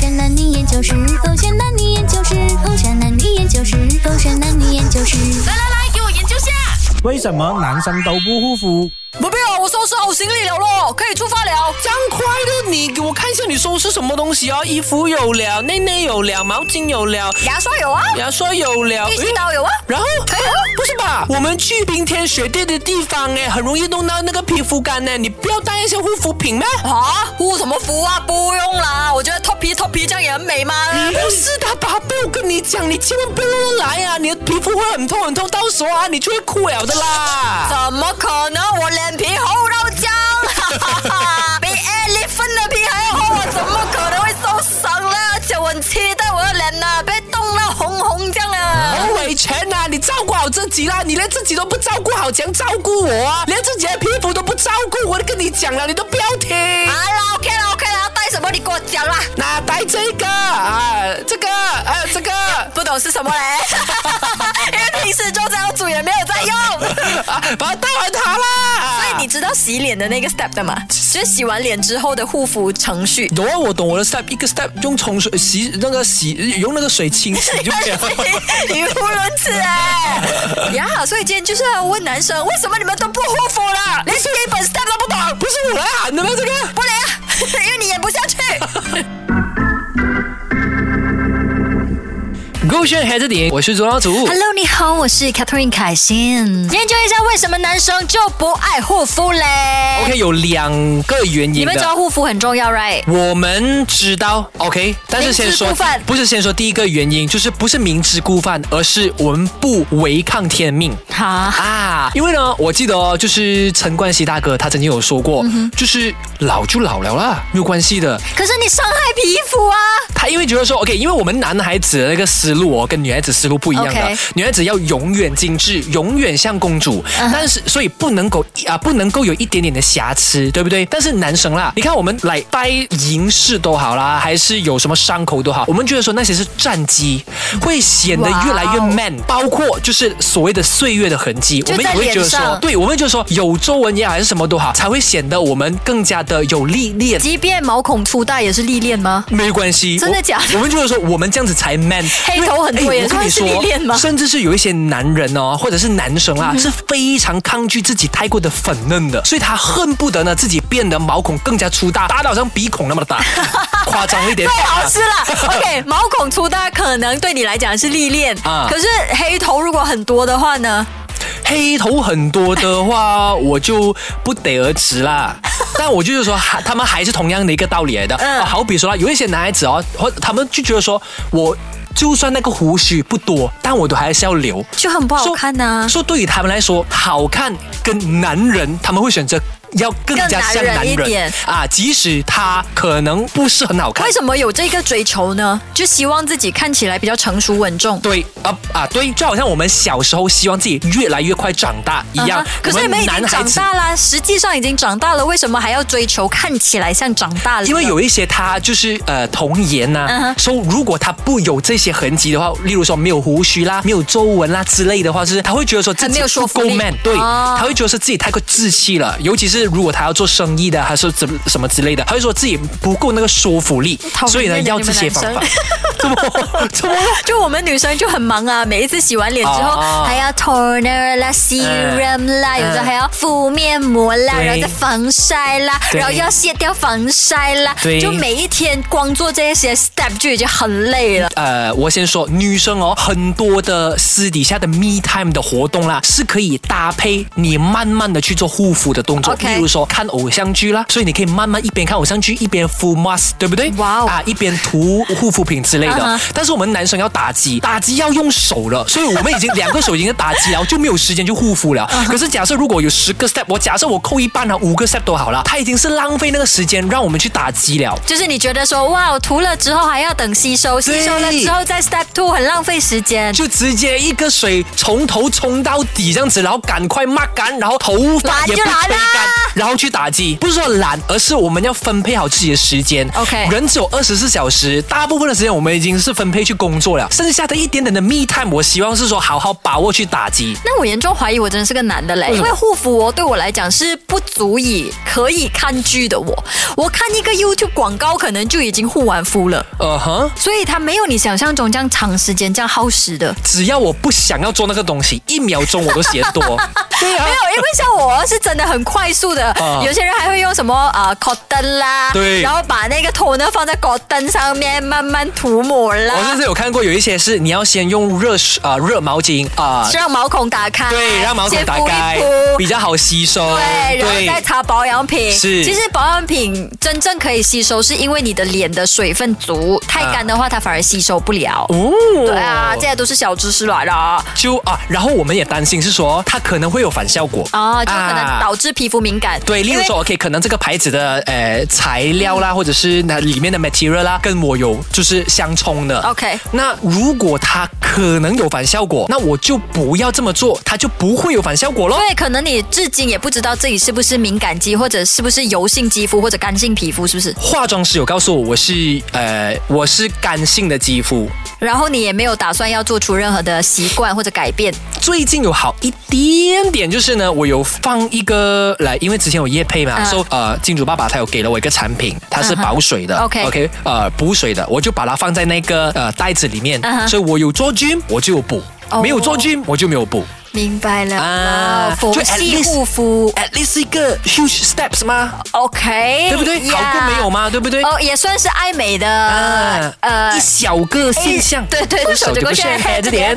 山男女研究室，风扇男女研究室，风扇男女研究室，风扇男女研究室。来来来，给我研究下。为什么男生都不护肤？不必了，我收拾好行李了咯，可以出发了。这样快的你，给我看一下你收拾什么东西啊？衣服有了，内内有了，毛巾有了，牙刷有啊，牙刷有了，剃须刀有啊，然后可以了。不是吧？我们去冰天雪地的地方哎，很容易弄到那个皮肤干呢。你不要带一些护肤品咩？啊，护什么肤啊？不用啦，我觉得 top 皮 top 皮这样也很美嘛。不是的，宝贝，我跟你讲，你千万不要乱来啊！你的皮肤会很痛很痛，到时候啊，你就会哭了的啦。怎么可能？我脸皮厚到僵，哈哈哈，比 elephant 的皮还要厚，我怎么可能会受伤呢？而且我很期待我的脸呢、啊被冻到红红这样啊。洪伟全呐、啊，你照顾好自己啦！你连自己都不照顾好，怎样照顾我啊？连自己的皮肤都不照顾，我都跟你讲了，你都不要听。好啦，OK 啦，OK 啦，要带什么你给我讲啦。啊那带这个啊，这个啊，这个不懂是什么嘞？ 因为平时就这样煮也没有在用，啊，把它带回它啦。 所以你知道洗脸的那个 step 的吗？就是洗完脸之后的护肤程序。懂啊，我懂我的 step，一个 step 用冲水洗那个洗用那个水清洗就可以 了。 语无伦次哎！呀，所以今天就是要问男生，为什么你们都不护肤了，连基本 step 都不懂？不是我来喊的吗？这个不来啊， 因为你演不下去。勾选黑字点，我是左老祖。 Hello，你好，我是 Catherine 凯欣。研究一下为什么男生就不爱护肤嘞 OK，有两个原你因们知道的。护肤很重要，right？我们知道，OK，但是先说明知故犯，不是先说第一个原因，就是不是明知故犯，而是我们不违抗天命哈，啊。因为呢，我记得哦就是陈冠希大哥他曾经有说嗯过，就是老就老了啦，没有关系的。可是你伤害皮肤啊！他因为觉得说，OK，因为我们男孩子的那个思路哦，跟女孩子思路不一样的 OK 女孩子要永远精致，永远像公主嗯但是所以不能够啊、不能够有一点点的瑕疵，对不对？但是男生啦，你看我们来掰银饰都好啦，还是有什么伤口都好，我们觉得说那些是战机，会显得越来越哇哦 man，、包括就是所谓的岁月的痕迹，我就们也在会觉得脸说上，对，我们就说有皱纹也好，还是什么都好，才会显得我们更加的有历练。即便毛孔粗大也是历 练吗？没关系，真的假的我我们就是说，我们这样子才 man。黑头很多因为哎也我跟你算是历练吗嗯说，甚至是有一些男人哦，或者是男生啦，是非常抗拒自己太过的粉嫩的，所以他恨不得呢自己变得毛孔更加粗大，大到像鼻孔那么大， 夸张一 点。最好是啦。OK，毛孔粗大可能对你来讲是历练，啊可是黑头如果很多的话呢？黑头很多的话，我就不得而 知啦。但我就是说，还他们还是同样的一个道理来的。嗯啊好比说啦，有一些男孩子哦，或他们就觉得说我。就算那个胡须不多，但我都还是要留，就很不好看啊呐说说对于他们来说，好看跟男人，他们会选择要更加像更男男人一人点啊，即使他可能不是很好看为。什么有这个追求呢？就希望自己看起来比较成熟稳重。对啊啊，对，就好像我们小时候希望自己越来越快长大一样。嗯哼可是你们已男经孩长子大啦，实际上已经长大了，为什么还要追求看起来像长大了？因 为有一些他就是呃童颜呐、嗯哼所以如果他不有这些痕迹的话，例如说没有胡须啦、没有皱纹啦之类的话，就是他会觉得说自很己没有说不服够力 man，对，哦他会觉得说自己太过稚气了，尤其是如果他要做生意的，还是怎么什么之类的，他会说自己不够那个说服力，讨人所以呢厌的要你这们些男方生法。怎么怎么了？就我们女生就很忙啊，每一次洗完脸之后、哦还要 toner 哎啦、serum 啦，嗯有时候还要敷面膜啦，对然后再防晒啦，对然后又要卸掉防晒啦，对就每一天光做这些 step 就已经很累了。呃，我先说，女生哦，很多的私底下的 me time 的活动啦，是可以搭配你慢慢的去做护肤的动作 OK 例如说看偶像剧啦，所以你可以慢慢一边看偶像剧一边敷 mask，对不对？哇哦啊，一边涂护肤品之类的。嗯哼但是我们男生要打击，打击要用手了，所以我们已经两个手已经在打击了，就没有时间去护肤了。可是假设如果有十个 step，我假设我扣一半啊，五个 step 都好了，它已经是浪费那个时间让我们去打击了。就是你觉得说，哇，我涂了之后还要等吸收，吸收了之后再 step two，很浪费时间。就直接一个水从头冲到底这样子，然后赶快抹干，然后头发懒也就不吹懒啊干啦，然后去打击。不是说懒，而是我们要分配好自己的时间。 OK 人只有二十四小时，大部分的时间我们已经是分配去工作了，剩下的一点点的 me time，我希望是说好好把握去打击。那我严重怀疑我真的是个男的 嘞，因为护肤哦对我来讲是不足以可以看剧的我，我看一个 YouTube 广告可能就已经护完肤了，呃哼，所以它没有你想象中这样长时间这样耗时的。只要我不想要做那个东西，一秒钟我都嫌 多。对啊没。有，因为像我是真的很快速的，啊有些人还会用什么啊、呃 cotton 啦，对然后把那个头呢放在 cotton 上面慢慢涂抹我啦甚，至有看过有一些是你要先用热水啊、热毛巾啊、让毛孔打开，对，让毛孔打先开敷一敷比较好吸收。对，然后再擦保养品。是其实保养品真正可以吸收，是因为你的脸的水分足，太干的话它反而吸收不了。哦，对啊，这些都是小知识来的啊，就啊，然后我们也担心是说它可能会有反效果啊就可能导致皮肤敏感。对，例如因为嗯说，OK，可能这个牌子的呃材料啦，或者是那里面的 material 啦，跟我有就是相冲的。 OK 那如果它可能有反效果，那我就不要这么做，它就不会有反效果咯。对，可能你至今也不知道自己是不是敏感肌，或者是不是油性肌肤，或者干性皮肤，是不是？化妆师有告诉我，我是呃我是干性的肌肤，然后你也没有打算要做出任何的习惯或者改变。最近有好一点点，就是呢，我有放一个来，因为之前有夜配嘛，嗯说、呃，金主爸爸他有给了我一个产品，它是嗯哼保水的、 OK 呃补水的，我就把它放在那个呃袋子里面，嗯哼所以我有做 gym 我就有补。哦没有做 gym 我就没有补明白了，啊、就佛 at 系 least 护肤 at least 是一个 huge steps 吗？ ，OK，对不对？好过没有吗？吗？对不对？哎哦，也算是爱美的，啊，呃哎一，小个现象，对对对不手手就不哎就不炫炫黑着脸，